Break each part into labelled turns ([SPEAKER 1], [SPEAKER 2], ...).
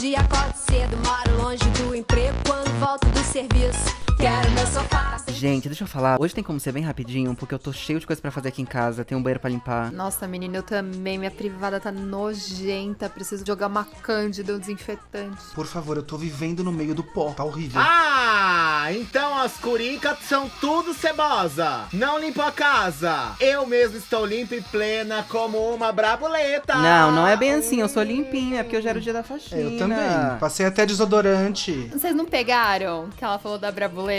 [SPEAKER 1] dia acordo cedo, moro longe do emprego quando volto do serviço. Quero meu sofá. sem-
[SPEAKER 2] Gente, deixa eu falar. Hoje tem como ser bem rapidinho, porque eu tô cheio de coisa pra fazer aqui em casa. Tem um banheiro pra limpar.
[SPEAKER 3] Nossa, menina, eu também. Minha privada tá nojenta. Preciso jogar uma cândida, um desinfetante.
[SPEAKER 4] Por favor, eu tô vivendo no meio do pó. Tá horrível.
[SPEAKER 5] Ah, então as curicas são tudo cebosa. Não limpo a casa. Eu mesmo estou limpa e plena como uma braboleta.
[SPEAKER 2] Não, não é bem assim. Eu sou limpinho, é porque hoje era o dia da faxina.
[SPEAKER 4] eu também. Passei até desodorante.
[SPEAKER 3] Vocês não pegaram que ela falou da braboleta?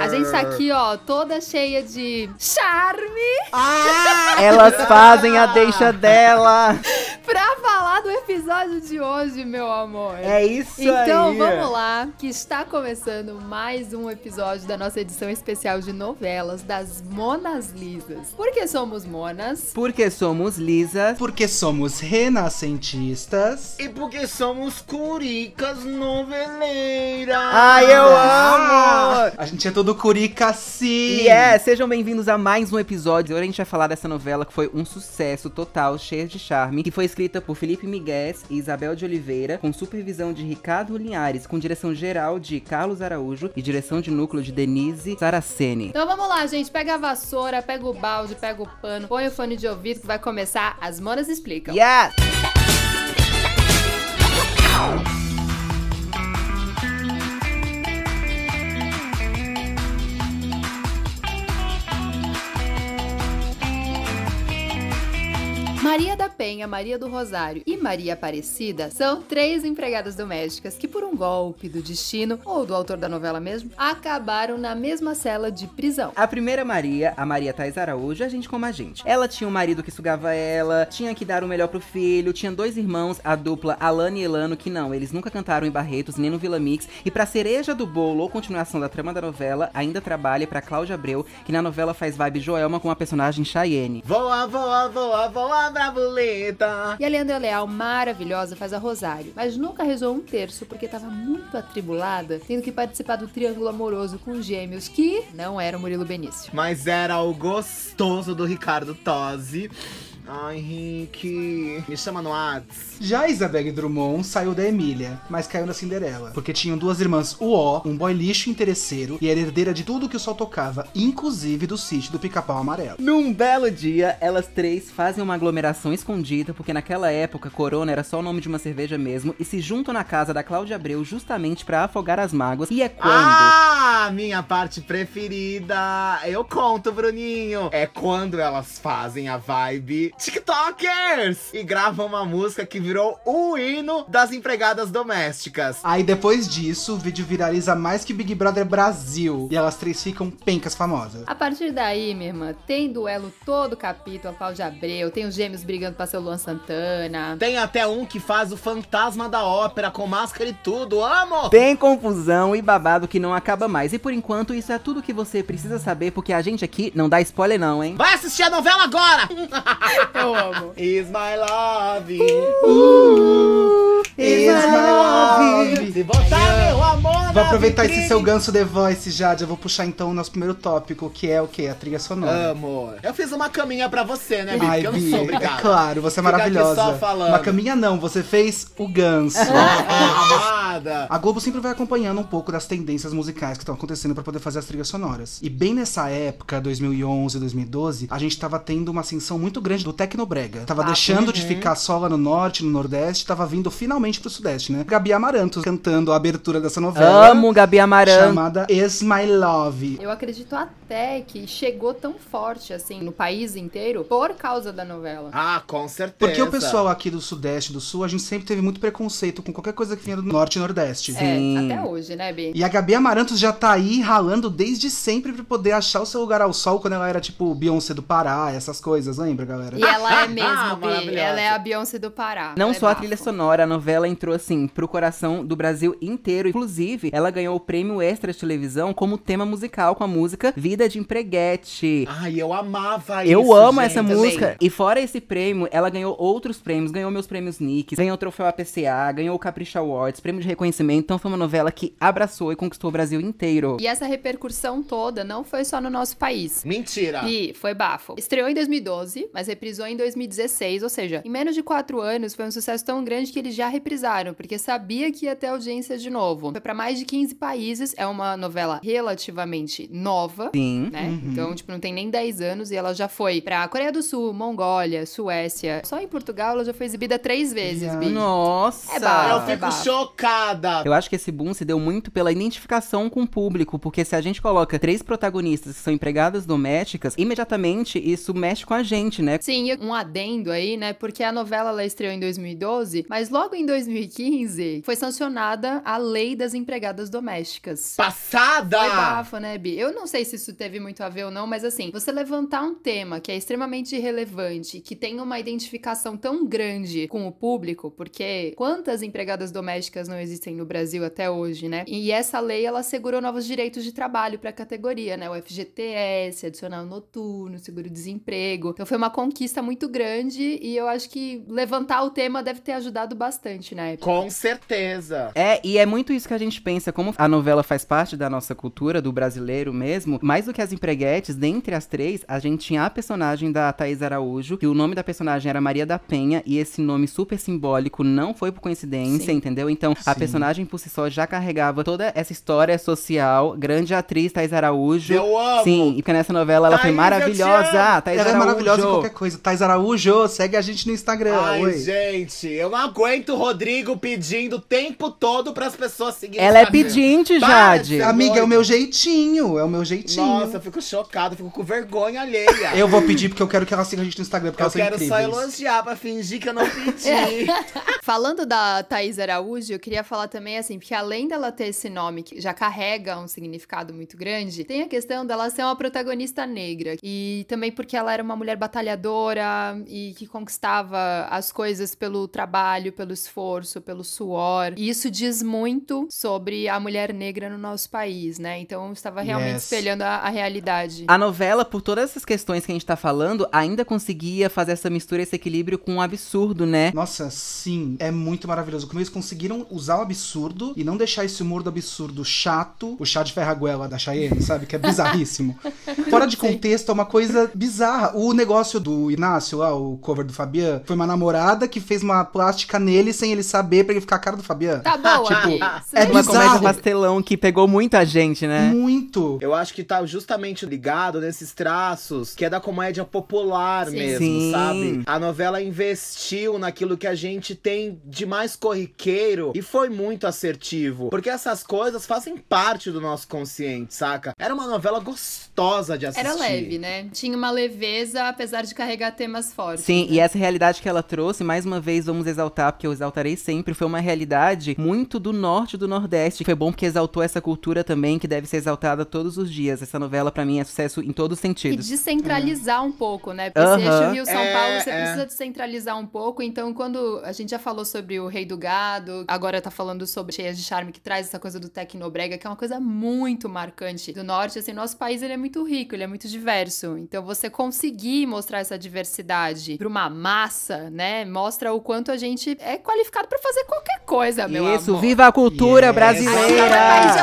[SPEAKER 3] A gente tá aqui, ó, toda cheia de charme
[SPEAKER 5] Ah!
[SPEAKER 2] Elas fazem a deixa dela.
[SPEAKER 3] pra falar do episódio de hoje, meu amor.
[SPEAKER 5] É isso
[SPEAKER 3] Então
[SPEAKER 5] aí.
[SPEAKER 3] vamos lá, que está começando mais um episódio da nossa edição especial de novelas das Monas Lisas. Porque somos monas,
[SPEAKER 2] Porque somos lisas.
[SPEAKER 4] Porque somos renascentistas.
[SPEAKER 5] E porque somos curicas noveleiras.
[SPEAKER 2] Ai, eu
[SPEAKER 5] Ah,
[SPEAKER 2] amo!
[SPEAKER 4] A gente é todo curicaci.
[SPEAKER 2] E é, sejam bem-vindos a mais um episódio. Hoje a gente vai falar dessa novela que foi um sucesso total, cheia de charme, que foi escrita por Felipe Miguel e Isabel de Oliveira, com supervisão de Ricardo Linhares, com direção geral de Carlos Araújo e direção de núcleo de Denise Saraceni.
[SPEAKER 3] Então vamos lá, gente. Pega a vassoura, pega o balde, pega o pano, põe o fone de ouvido que vai começar. As monas explicam.
[SPEAKER 2] Yes!
[SPEAKER 3] Maria da Penha, Maria do Rosário e Maria Aparecida são três empregadas domésticas que, por um golpe do destino ou do autor da novela mesmo, acabaram na mesma cela de prisão.
[SPEAKER 2] A primeira Maria, a Maria Thais Araújo, é gente como a gente. Ela tinha um marido que sugava ela, tinha que dar o melhor pro filho, tinha dois irmãos, a dupla Alane e Elano, que não, eles nunca cantaram em Barretos nem no Vila Mix. E pra cereja do bolo ou continuação da trama da novela, ainda trabalha pra Cláudia Abreu, que na novela faz vibe Joelma com a personagem Cheyenne.
[SPEAKER 5] Voa, voa, voa, voa, braboleta.
[SPEAKER 3] E a Leandra Leal, maravilhosa, faz a Rosário, mas nunca rezou um terço porque estava muito atribulada, tendo que participar do triângulo amoroso com os gêmeos que não era o Murilo Benício.
[SPEAKER 5] Mas era o gostoso do Ricardo Tosi. Ai, Henrique. Me chama no Whats.
[SPEAKER 4] Já Isabelle Drummond saiu da Emília, mas caiu na Cinderela. Porque tinham duas irmãs UO, um boy lixo interesseiro, e era herdeira de tudo que o sol tocava, inclusive do sítio do pica-pau amarelo.
[SPEAKER 2] Num belo dia, elas três fazem uma aglomeração escondida, porque naquela época Corona era só o nome de uma cerveja mesmo, e se juntam na casa da Cláudia Abreu justamente pra afogar as mágoas. E é quando.
[SPEAKER 5] Ah, minha parte preferida. Eu conto, Bruninho. É quando elas fazem a vibe TikTokers e gravam uma música que virou o hino das empregadas domésticas.
[SPEAKER 4] Aí depois disso, o vídeo viraliza mais que Big Brother Brasil, e elas três ficam pencas famosas.
[SPEAKER 3] A partir daí, minha irmã, tem duelo todo capítulo, a Cláudia Abreu, tem os gêmeos brigando pra ser o Luan Santana.
[SPEAKER 5] Tem até um que faz o fantasma da ópera com máscara e tudo. Amo!
[SPEAKER 2] Tem confusão e babado que não acaba mais. E por enquanto, isso é tudo que você precisa saber, porque a gente aqui não dá spoiler, não, hein?
[SPEAKER 5] Vai assistir a novela agora!
[SPEAKER 3] Eu amo.
[SPEAKER 5] Is my love!
[SPEAKER 4] Is
[SPEAKER 3] Uh,
[SPEAKER 4] my love.
[SPEAKER 5] Se botar meu amor
[SPEAKER 4] Vou
[SPEAKER 5] na
[SPEAKER 4] aproveitar
[SPEAKER 5] vitrine.
[SPEAKER 4] esse seu ganso The Voice, Jade. Eu vou puxar então o nosso primeiro tópico, que é o quê? A trilha sonora.
[SPEAKER 5] Amor, eu fiz uma caminha pra você, né, Bibi?
[SPEAKER 4] Ai,
[SPEAKER 5] Ah, Porque eu não sou
[SPEAKER 4] Bi,
[SPEAKER 5] obrigada.
[SPEAKER 4] é claro, você é
[SPEAKER 5] Fica aqui
[SPEAKER 4] maravilhosa.
[SPEAKER 5] só falando.
[SPEAKER 4] Uma caminha não, você fez o ganso.
[SPEAKER 5] Amada.
[SPEAKER 4] A Globo sempre vai acompanhando um pouco das tendências musicais que estão acontecendo pra poder fazer as trilhas sonoras. E bem nessa época, 2011, 2012, a gente tava tendo uma ascensão muito grande do Tecnobrega. Tava deixando de ficar só lá no norte, no nordeste, tava vindo finalmente pro sudeste, né? Gabi Amaranto cantando a abertura dessa novela.
[SPEAKER 2] Amo Gabi Amaranto.
[SPEAKER 4] Chamada Is My Love.
[SPEAKER 3] Eu acredito até que chegou tão forte assim no país inteiro por causa da novela.
[SPEAKER 5] Ah, com certeza.
[SPEAKER 4] Porque o pessoal aqui do Sudeste e do Sul, a gente sempre teve muito preconceito com qualquer coisa que vinha do Norte e Nordeste.
[SPEAKER 2] Sim.
[SPEAKER 3] É, até hoje, né, Bi?
[SPEAKER 4] E a Gabi Amarantos já tá aí ralando desde sempre pra poder achar o seu lugar ao sol quando ela era tipo Beyoncé do Pará, essas coisas, lembra, galera?
[SPEAKER 3] E ela é
[SPEAKER 5] Ah,
[SPEAKER 3] mesmo, Bi.
[SPEAKER 5] maravilhosa.
[SPEAKER 3] Ela é a Beyoncé do Pará.
[SPEAKER 2] Não
[SPEAKER 3] Ela é
[SPEAKER 2] só a
[SPEAKER 3] bafo.
[SPEAKER 2] trilha sonora, a novela entrou assim pro coração do Brasil inteiro. Inclusive, ela ganhou o prêmio extra de televisão como tema musical com a música Vida de Empreguete.
[SPEAKER 5] Ai, eu amava
[SPEAKER 2] Eu
[SPEAKER 5] Ah, isso,
[SPEAKER 2] amo
[SPEAKER 5] gente.
[SPEAKER 2] essa
[SPEAKER 3] também.
[SPEAKER 2] música. E fora esse prêmio, ela ganhou outros prêmios. Ganhou meus prêmios Nick, ganhou o troféu APCA, ganhou o Capricha Awards, prêmio de reconhecimento. Então foi uma novela que abraçou e conquistou o Brasil inteiro.
[SPEAKER 3] E essa repercussão toda não foi só no nosso país.
[SPEAKER 5] Mentira.
[SPEAKER 3] E foi bafo. Estreou em 2012, mas reprisou em 2016, ou seja, em menos de quatro anos foi um sucesso tão grande que ele já reprisaram, porque sabia que ia ter audiência de novo. Foi pra mais de 15 países, é uma novela relativamente nova.
[SPEAKER 2] Sim.
[SPEAKER 3] Né?
[SPEAKER 4] Uhum.
[SPEAKER 3] Então, tipo, não tem nem 10 anos e ela já foi pra Coreia do Sul, Mongólia, Suécia. Só em Portugal ela já foi exibida três vezes,
[SPEAKER 4] Yeah.
[SPEAKER 3] Bi.
[SPEAKER 2] Nossa!
[SPEAKER 3] É bafo.
[SPEAKER 5] Eu
[SPEAKER 3] Ah,
[SPEAKER 5] fico
[SPEAKER 3] bafo.
[SPEAKER 5] chocada.
[SPEAKER 2] Eu acho que esse boom se deu muito pela identificação com o público, porque se a gente coloca três protagonistas que são empregadas domésticas, imediatamente isso mexe com a gente, né?
[SPEAKER 3] Sim, e um adendo aí, né? Porque a novela ela estreou em 2012, mas logo em 2015 foi sancionada a Lei das Empregadas Domésticas.
[SPEAKER 5] Passada!
[SPEAKER 3] Foi bafo, né, Bi? Eu não sei se isso teve muito a ver ou não, mas assim, você levantar um tema que é extremamente relevante, que tem uma identificação tão grande com o público, porque quantas empregadas domésticas não existem no Brasil até hoje, né? E essa lei, ela assegurou novos direitos de trabalho pra categoria, né? O FGTS, adicional noturno, seguro-desemprego. Então foi uma conquista muito grande e eu acho que levantar o tema deve ter ajudado bastante na época.
[SPEAKER 5] Com certeza.
[SPEAKER 2] É, e é muito isso que a gente pensa, como a novela faz parte da nossa cultura, do brasileiro mesmo, mais do que as empreguetes, dentre as três, a gente tinha a personagem da Thaís Araújo, que o nome da personagem era Maria da Penha, e esse nome super simbólico não foi por coincidência,
[SPEAKER 3] Sim.
[SPEAKER 2] entendeu? Então, a
[SPEAKER 4] Sim.
[SPEAKER 2] personagem por si só já carregava toda essa história social, grande atriz Thaís Araújo.
[SPEAKER 5] Eu amo.
[SPEAKER 2] Sim, e porque nessa novela ela foi
[SPEAKER 5] Thaís, eu te
[SPEAKER 2] maravilhosa. Thaís
[SPEAKER 4] Ela é
[SPEAKER 2] Araújo.
[SPEAKER 4] maravilhosa em qualquer coisa. Thais Araújo, segue a gente no Instagram.
[SPEAKER 5] Ai,
[SPEAKER 4] Oi.
[SPEAKER 5] gente, eu não aguento o Rodrigo pedindo o tempo todo pras pessoas seguirem
[SPEAKER 2] Ela é
[SPEAKER 5] Instagram.
[SPEAKER 2] pedinte,
[SPEAKER 5] Para
[SPEAKER 2] Jade.
[SPEAKER 5] de-
[SPEAKER 4] Amiga, é
[SPEAKER 5] doida.
[SPEAKER 4] o meu jeitinho. É o meu jeitinho.
[SPEAKER 5] Nossa, eu fico chocado, fico com vergonha alheia.
[SPEAKER 4] Eu vou pedir porque eu quero que ela siga a gente no Instagram, porque
[SPEAKER 5] Eu
[SPEAKER 4] elas são
[SPEAKER 5] quero só
[SPEAKER 4] incríveis.
[SPEAKER 5] elogiar pra fingir que eu não pedi.
[SPEAKER 3] Falando da Thaís Araújo, eu queria falar também assim, porque além dela ter esse nome que já carrega um significado muito grande, tem a questão dela ser uma protagonista negra. E também porque ela era uma mulher batalhadora e que conquistava as coisas pelo trabalho, pelo esforço, pelo suor. E isso diz muito sobre a mulher negra no nosso país, né? Então estava realmente
[SPEAKER 4] Yes.
[SPEAKER 3] espelhando a, a realidade.
[SPEAKER 2] A novela, por todas essas questões que a gente tá falando, ainda conseguia fazer essa mistura, esse equilíbrio com um absurdo, né?
[SPEAKER 4] Nossa, sim, é muito maravilhoso. Como eles conseguiram usar o absurdo e não deixar esse humor do absurdo chato, o chá de ferraguela da Cheyenne, sabe? Que é bizarríssimo. Fora de contexto, é uma coisa bizarra. O negócio do Inácio lá, o cover do Fabian, foi uma namorada que fez uma plástica nele sem ele saber pra ele ficar a cara do Fabian.
[SPEAKER 3] Tá bom,
[SPEAKER 5] Tipo,
[SPEAKER 3] aí.
[SPEAKER 4] é
[SPEAKER 2] Uma
[SPEAKER 4] bizarro.
[SPEAKER 2] comédia pastelão que pegou muita gente, né?
[SPEAKER 4] Muito.
[SPEAKER 5] Eu acho que tá justamente ligado nesses traços que é da comédia popular
[SPEAKER 3] Sim.
[SPEAKER 5] mesmo,
[SPEAKER 2] Sim.
[SPEAKER 5] sabe? A novela investiu naquilo que a gente tem de mais corriqueiro e foi muito assertivo. Porque essas coisas fazem parte do nosso consciente, saca? Era uma novela gostosa de assistir.
[SPEAKER 3] Era leve, né? Tinha uma leveza, apesar de carregar temas fortes.
[SPEAKER 2] Sim, e essa realidade que ela trouxe, mais uma vez vamos exaltar, porque eu exaltarei sempre, foi uma realidade muito do norte e do nordeste. Foi bom porque exaltou essa cultura também, que deve ser exaltada todos os dias. Essa novela, pra mim, é sucesso em todos os
[SPEAKER 3] E
[SPEAKER 2] sentidos.
[SPEAKER 3] descentralizar um pouco, né? Porque
[SPEAKER 2] Aham.
[SPEAKER 3] se eixo Rio-São
[SPEAKER 5] É,
[SPEAKER 3] Paulo, você
[SPEAKER 5] é.
[SPEAKER 3] precisa descentralizar um pouco. Então, quando a gente já falou sobre o Rei do Gado, agora tá falando sobre Cheias de Charme, que traz essa coisa do tecnobrega, que é uma coisa muito marcante do Norte. Assim, nosso país, ele é muito rico, ele é muito diverso. Então, você conseguir mostrar essa diversidade pra uma massa, né? Mostra o quanto a gente é qualificado pra fazer qualquer coisa, meu
[SPEAKER 2] Isso,
[SPEAKER 3] amor.
[SPEAKER 2] viva a cultura
[SPEAKER 4] Yes.
[SPEAKER 3] Assim, não é país de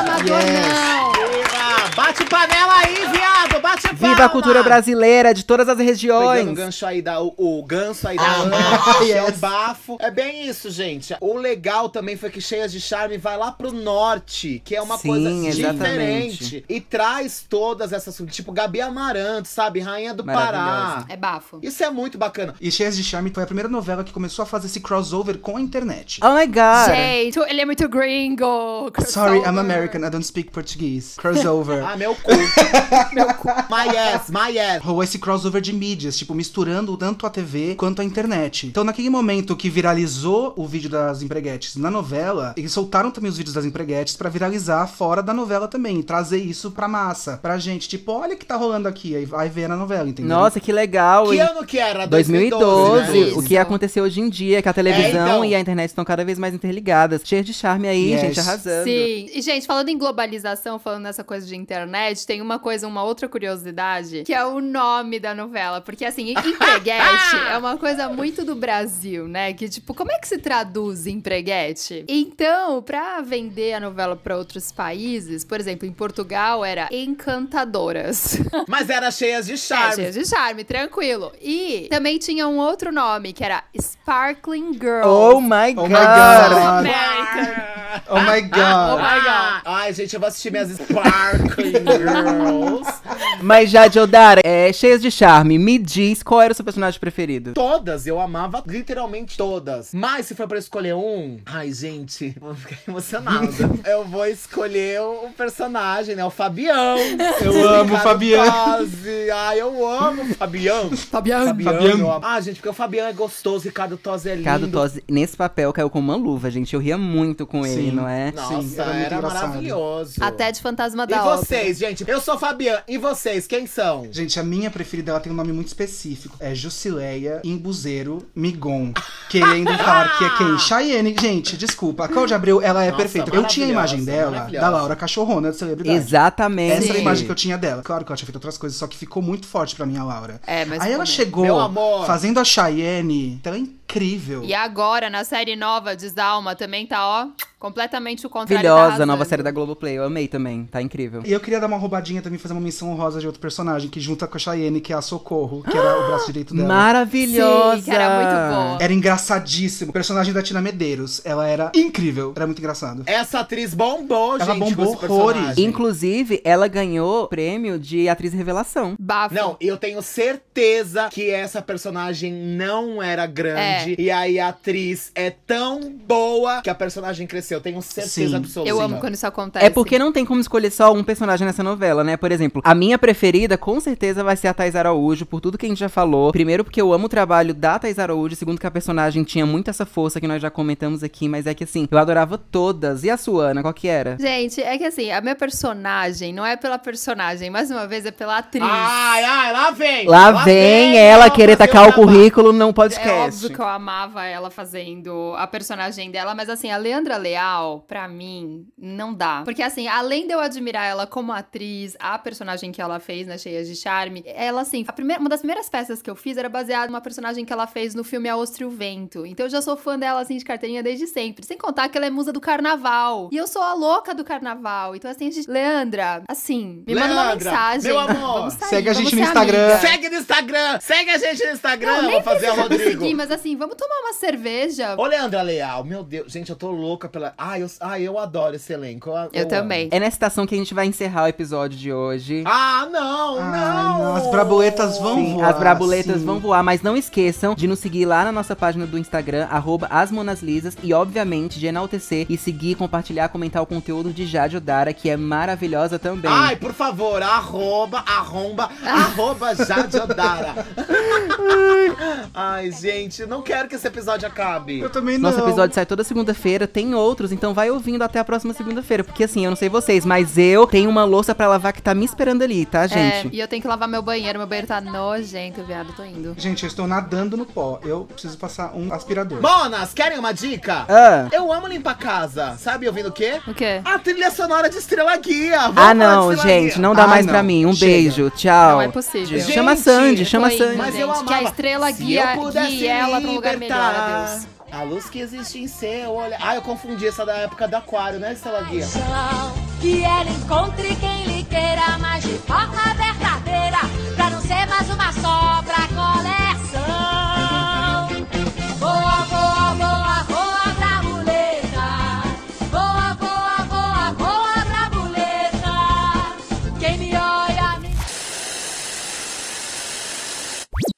[SPEAKER 2] brasileira!
[SPEAKER 3] amador, não!
[SPEAKER 5] Viva! Bate panela aí, viado! Bate panela!
[SPEAKER 2] Viva a cultura brasileira de todas as
[SPEAKER 5] Pegando o
[SPEAKER 2] regiões!
[SPEAKER 5] gancho aí da. O, o ganso aí da.
[SPEAKER 4] Ah,
[SPEAKER 5] Ana, que é o
[SPEAKER 4] yes.
[SPEAKER 5] bafo. É bem isso, gente. O legal também foi que Cheias de Charme vai lá pro norte, que é uma
[SPEAKER 2] Sim,
[SPEAKER 5] coisa
[SPEAKER 2] exatamente.
[SPEAKER 5] diferente. E traz todas essas. Tipo, Gabi Amaranto, sabe? Rainha do Pará.
[SPEAKER 3] É bafo.
[SPEAKER 5] Isso é muito bacana.
[SPEAKER 4] E Cheias de Charme foi a primeira novela que começou a fazer esse crossover com a internet.
[SPEAKER 2] Oh my god!
[SPEAKER 3] Gente, ele é muito gringo.
[SPEAKER 4] Sorry, I'm
[SPEAKER 3] crossover.
[SPEAKER 4] American, I don't speak Portuguese. Crossover.
[SPEAKER 5] Ah, meu cu. meu cu. My ass, my ass.
[SPEAKER 4] rolou esse crossover de mídias, tipo, misturando tanto a TV quanto a internet. Então, naquele momento que viralizou o vídeo das empreguetes na novela, eles soltaram também os vídeos das empreguetes pra viralizar fora da novela também, e trazer isso pra massa, pra gente. Tipo, olha o que tá rolando aqui, aí vai ver na novela, entendeu?
[SPEAKER 2] Nossa, que legal!
[SPEAKER 5] Que
[SPEAKER 2] hein?
[SPEAKER 5] ano É que era?
[SPEAKER 2] 2012,
[SPEAKER 5] 2012. né?
[SPEAKER 2] o que aconteceu hoje em dia, que a televisão
[SPEAKER 5] É, então.
[SPEAKER 2] e a internet estão cada vez mais interligadas. Cheio de charme aí,
[SPEAKER 4] Yes.
[SPEAKER 2] gente, arrasando.
[SPEAKER 3] Sim. E, gente, falando em globalização, falando nessa coisa de internet, tem uma coisa, uma outra curiosidade, que é o nome da novela. Porque, assim, empreguete é uma coisa muito do Brasil, né? Que, tipo, como é que se traduz empreguete? Então, pra vender a novela pra outros países, por exemplo, em Portugal era Encantadoras.
[SPEAKER 5] Mas era cheias de
[SPEAKER 3] É,
[SPEAKER 5] charme.
[SPEAKER 3] cheia de charme, tranquilo. E também tinha um outro nome, que era Sparkling Girl.
[SPEAKER 6] Oh my
[SPEAKER 4] Oh my
[SPEAKER 6] god!
[SPEAKER 4] god! Oh my
[SPEAKER 3] Oh
[SPEAKER 4] god!
[SPEAKER 3] my god.
[SPEAKER 5] Ah! Ai, gente, eu vou assistir minhas Sparkling Girls.
[SPEAKER 2] Mas já de Odara, é cheias de charme. Me diz qual era o seu personagem preferido.
[SPEAKER 5] Todas, eu amava literalmente todas. Mas se for pra escolher um. Ai, gente, vou ficar emocionada. eu vou escolher o o personagem, né? O Fabião. Eu
[SPEAKER 4] amo o Fabião.
[SPEAKER 5] Tozzi. Ai, eu amo o Fabião.
[SPEAKER 3] Fabiano.
[SPEAKER 5] Fabião,
[SPEAKER 4] Fabião.
[SPEAKER 5] eu amo. Ah, gente, porque o Fabião é gostoso, Ricardo Tosi é lindo.
[SPEAKER 2] Ricardo Tosi, nesse papel, caiu com uma luva, gente. Eu ria muito com ele,
[SPEAKER 4] Sim.
[SPEAKER 2] não é?
[SPEAKER 5] Nossa,
[SPEAKER 4] Sim, era
[SPEAKER 5] era,
[SPEAKER 4] muito engraçado.
[SPEAKER 5] maravilhoso.
[SPEAKER 3] Até de Fantasma
[SPEAKER 5] E
[SPEAKER 3] da Ópera.
[SPEAKER 5] vocês, gente? Eu sou Fabian. E vocês, quem são?
[SPEAKER 4] Gente, a minha preferida, ela tem um nome muito específico. É Jusileia Imbuzeiro Migon. Querendo falar que é quem? Cheyenne. Gente, desculpa. A Cláudia Abreu, ela é
[SPEAKER 5] Nossa,
[SPEAKER 4] perfeita. Eu tinha a imagem
[SPEAKER 5] maravilhosa,
[SPEAKER 4] dela,
[SPEAKER 5] maravilhosa.
[SPEAKER 4] da Laura Cachorrona, de celebridade.
[SPEAKER 2] Exatamente.
[SPEAKER 4] Essa era a
[SPEAKER 3] Sim.
[SPEAKER 4] imagem que eu tinha dela. Claro que ela tinha feito outras coisas, só que ficou muito forte pra mim a Laura.
[SPEAKER 3] É, mas
[SPEAKER 4] Aí ela
[SPEAKER 3] como-
[SPEAKER 4] chegou
[SPEAKER 5] Meu amor.
[SPEAKER 4] fazendo a Cheyenne. Então é incrível.
[SPEAKER 3] E agora, na série nova, Desalma, também tá, ó, completamente o contrário
[SPEAKER 2] Maravilhosa,
[SPEAKER 3] da
[SPEAKER 2] a nova
[SPEAKER 3] Arrasando.
[SPEAKER 2] série da Globoplay. Eu amei também, tá incrível.
[SPEAKER 4] E eu queria dar uma roubadinha também, fazer uma menção honrosa de outro personagem que junta com a Cheyenne, que é a Socorro, que era o braço direito dela.
[SPEAKER 2] Maravilhosa!
[SPEAKER 3] Sim, que era muito boa.
[SPEAKER 4] Era engraçadíssimo. O personagem da Tina Medeiros, ela era incrível. Era muito engraçado.
[SPEAKER 5] Essa atriz bombou,
[SPEAKER 4] Ela
[SPEAKER 5] gente.
[SPEAKER 4] bombou
[SPEAKER 5] com esse personagem.
[SPEAKER 4] horrores.
[SPEAKER 2] Inclusive, ela ganhou o prêmio de atriz revelação.
[SPEAKER 3] Bafo.
[SPEAKER 5] Não, eu tenho certeza que essa personagem não era
[SPEAKER 3] É.
[SPEAKER 5] grande. E aí a atriz é tão boa que a personagem cresceu. Tenho certeza
[SPEAKER 4] Sim.
[SPEAKER 5] absoluta.
[SPEAKER 3] eu amo quando Tá, isso acontece.
[SPEAKER 2] É porque não tem como escolher só um personagem nessa novela, né? Por exemplo, a minha preferida com certeza vai ser a Thais Araújo, por tudo que a gente já falou. Primeiro, porque eu amo o trabalho da Thais Araújo. Segundo, que a personagem tinha muito essa força que nós já comentamos aqui. Mas é que assim, eu adorava todas. E a Suana, qual que era?
[SPEAKER 3] Gente, é que assim, a minha personagem não é pela personagem, mais uma vez é pela atriz.
[SPEAKER 5] Ai, ai, lá vem!
[SPEAKER 2] Lá, vem, ela querer
[SPEAKER 5] fazer
[SPEAKER 2] tacar o
[SPEAKER 5] jabá.
[SPEAKER 2] currículo num
[SPEAKER 3] É
[SPEAKER 2] podcast.
[SPEAKER 3] óbvio que eu amava ela fazendo a personagem dela, mas assim, a Leandra Leal, pra mim, não dá. Porque assim, além de eu admirar ela como atriz, a personagem que ela fez na Cheia de Charme, ela assim, a primeira, uma das primeiras peças que eu fiz era baseada numa personagem que ela fez no filme A Ostra e o Vento. Então eu já sou fã dela, assim, de carteirinha desde sempre. Sem contar que ela é musa do carnaval. E eu sou a louca do carnaval. Então assim, gente, Leandra, assim, me manda uma
[SPEAKER 5] Leandra,
[SPEAKER 3] mensagem.
[SPEAKER 5] meu amor,
[SPEAKER 3] vamos sair,
[SPEAKER 4] segue a
[SPEAKER 3] vamos
[SPEAKER 4] gente no
[SPEAKER 3] ser
[SPEAKER 4] Instagram.
[SPEAKER 3] amiga.
[SPEAKER 5] Segue no Instagram! Segue a gente no Instagram!
[SPEAKER 3] Não, nem
[SPEAKER 5] Vou fazer a
[SPEAKER 3] precisa me
[SPEAKER 5] Rodrigo.
[SPEAKER 3] seguir, mas assim, vamos tomar uma cerveja.
[SPEAKER 5] Ô, Leandra Leal, meu Deus, gente, eu tô louca pela. Ai, eu, ai, eu adoro esse elenco. Eu,
[SPEAKER 3] Eu
[SPEAKER 5] amo.
[SPEAKER 3] também.
[SPEAKER 2] É nessa estação que a gente vai encerrar o episódio de hoje.
[SPEAKER 5] Ah, não,
[SPEAKER 4] Ai,
[SPEAKER 5] não!
[SPEAKER 4] não, as braboletas vão
[SPEAKER 2] Sim,
[SPEAKER 4] voar.
[SPEAKER 2] as brabuletas
[SPEAKER 4] sim.
[SPEAKER 2] vão voar, mas não esqueçam de nos seguir lá na nossa página do Instagram, arroba asmonaslisas, e obviamente de enaltecer e seguir, compartilhar, comentar o conteúdo de Jade Odara, que é maravilhosa também.
[SPEAKER 5] Ai, por favor, arroba, arromba, arroba Jade Odara. Ai, gente, não quero que esse episódio acabe.
[SPEAKER 4] Eu também não.
[SPEAKER 2] nosso episódio sai toda segunda-feira, tem outros, então vai ouvindo até a próxima segunda-feira. Porque assim, eu não sei vocês, mas eu tenho uma louça pra lavar que tá me esperando ali, tá,
[SPEAKER 3] É,
[SPEAKER 2] gente?
[SPEAKER 3] e eu tenho que lavar meu banheiro, meu banheiro tá nojento, viado, tô indo.
[SPEAKER 4] Gente, eu estou nadando no pó. Eu preciso passar um aspirador.
[SPEAKER 5] Monas, querem uma dica?
[SPEAKER 2] Ah.
[SPEAKER 5] Eu amo limpar casa. Sabe ouvindo o quê?
[SPEAKER 3] O quê?
[SPEAKER 5] A trilha sonora de Estrela Guia. Vamos
[SPEAKER 2] Ah,
[SPEAKER 5] falar
[SPEAKER 2] não,
[SPEAKER 5] de Estrela
[SPEAKER 2] gente,
[SPEAKER 5] Guia.
[SPEAKER 2] não dá
[SPEAKER 4] Ah,
[SPEAKER 2] mais
[SPEAKER 4] não.
[SPEAKER 2] pra mim. Um
[SPEAKER 4] Chega.
[SPEAKER 2] beijo, tchau.
[SPEAKER 3] Não é possível.
[SPEAKER 5] Gente,
[SPEAKER 2] chama Sandy, chama
[SPEAKER 3] Tô indo,
[SPEAKER 2] Sandy.
[SPEAKER 5] Mas eu
[SPEAKER 3] gente, que a
[SPEAKER 5] amava.
[SPEAKER 3] estrela
[SPEAKER 5] Se
[SPEAKER 3] guia
[SPEAKER 5] eu pudesse
[SPEAKER 3] guie ela
[SPEAKER 5] me
[SPEAKER 3] pra um lugar melhor,
[SPEAKER 5] libertar,
[SPEAKER 3] adeus.
[SPEAKER 5] A luz que existe em seu olho. Ah, eu confundi essa da época do aquário, né, Estrela Guia?
[SPEAKER 1] paixão. Que ela encontre quem lhe queira, mas de forma verdadeira, pra não ser mais uma só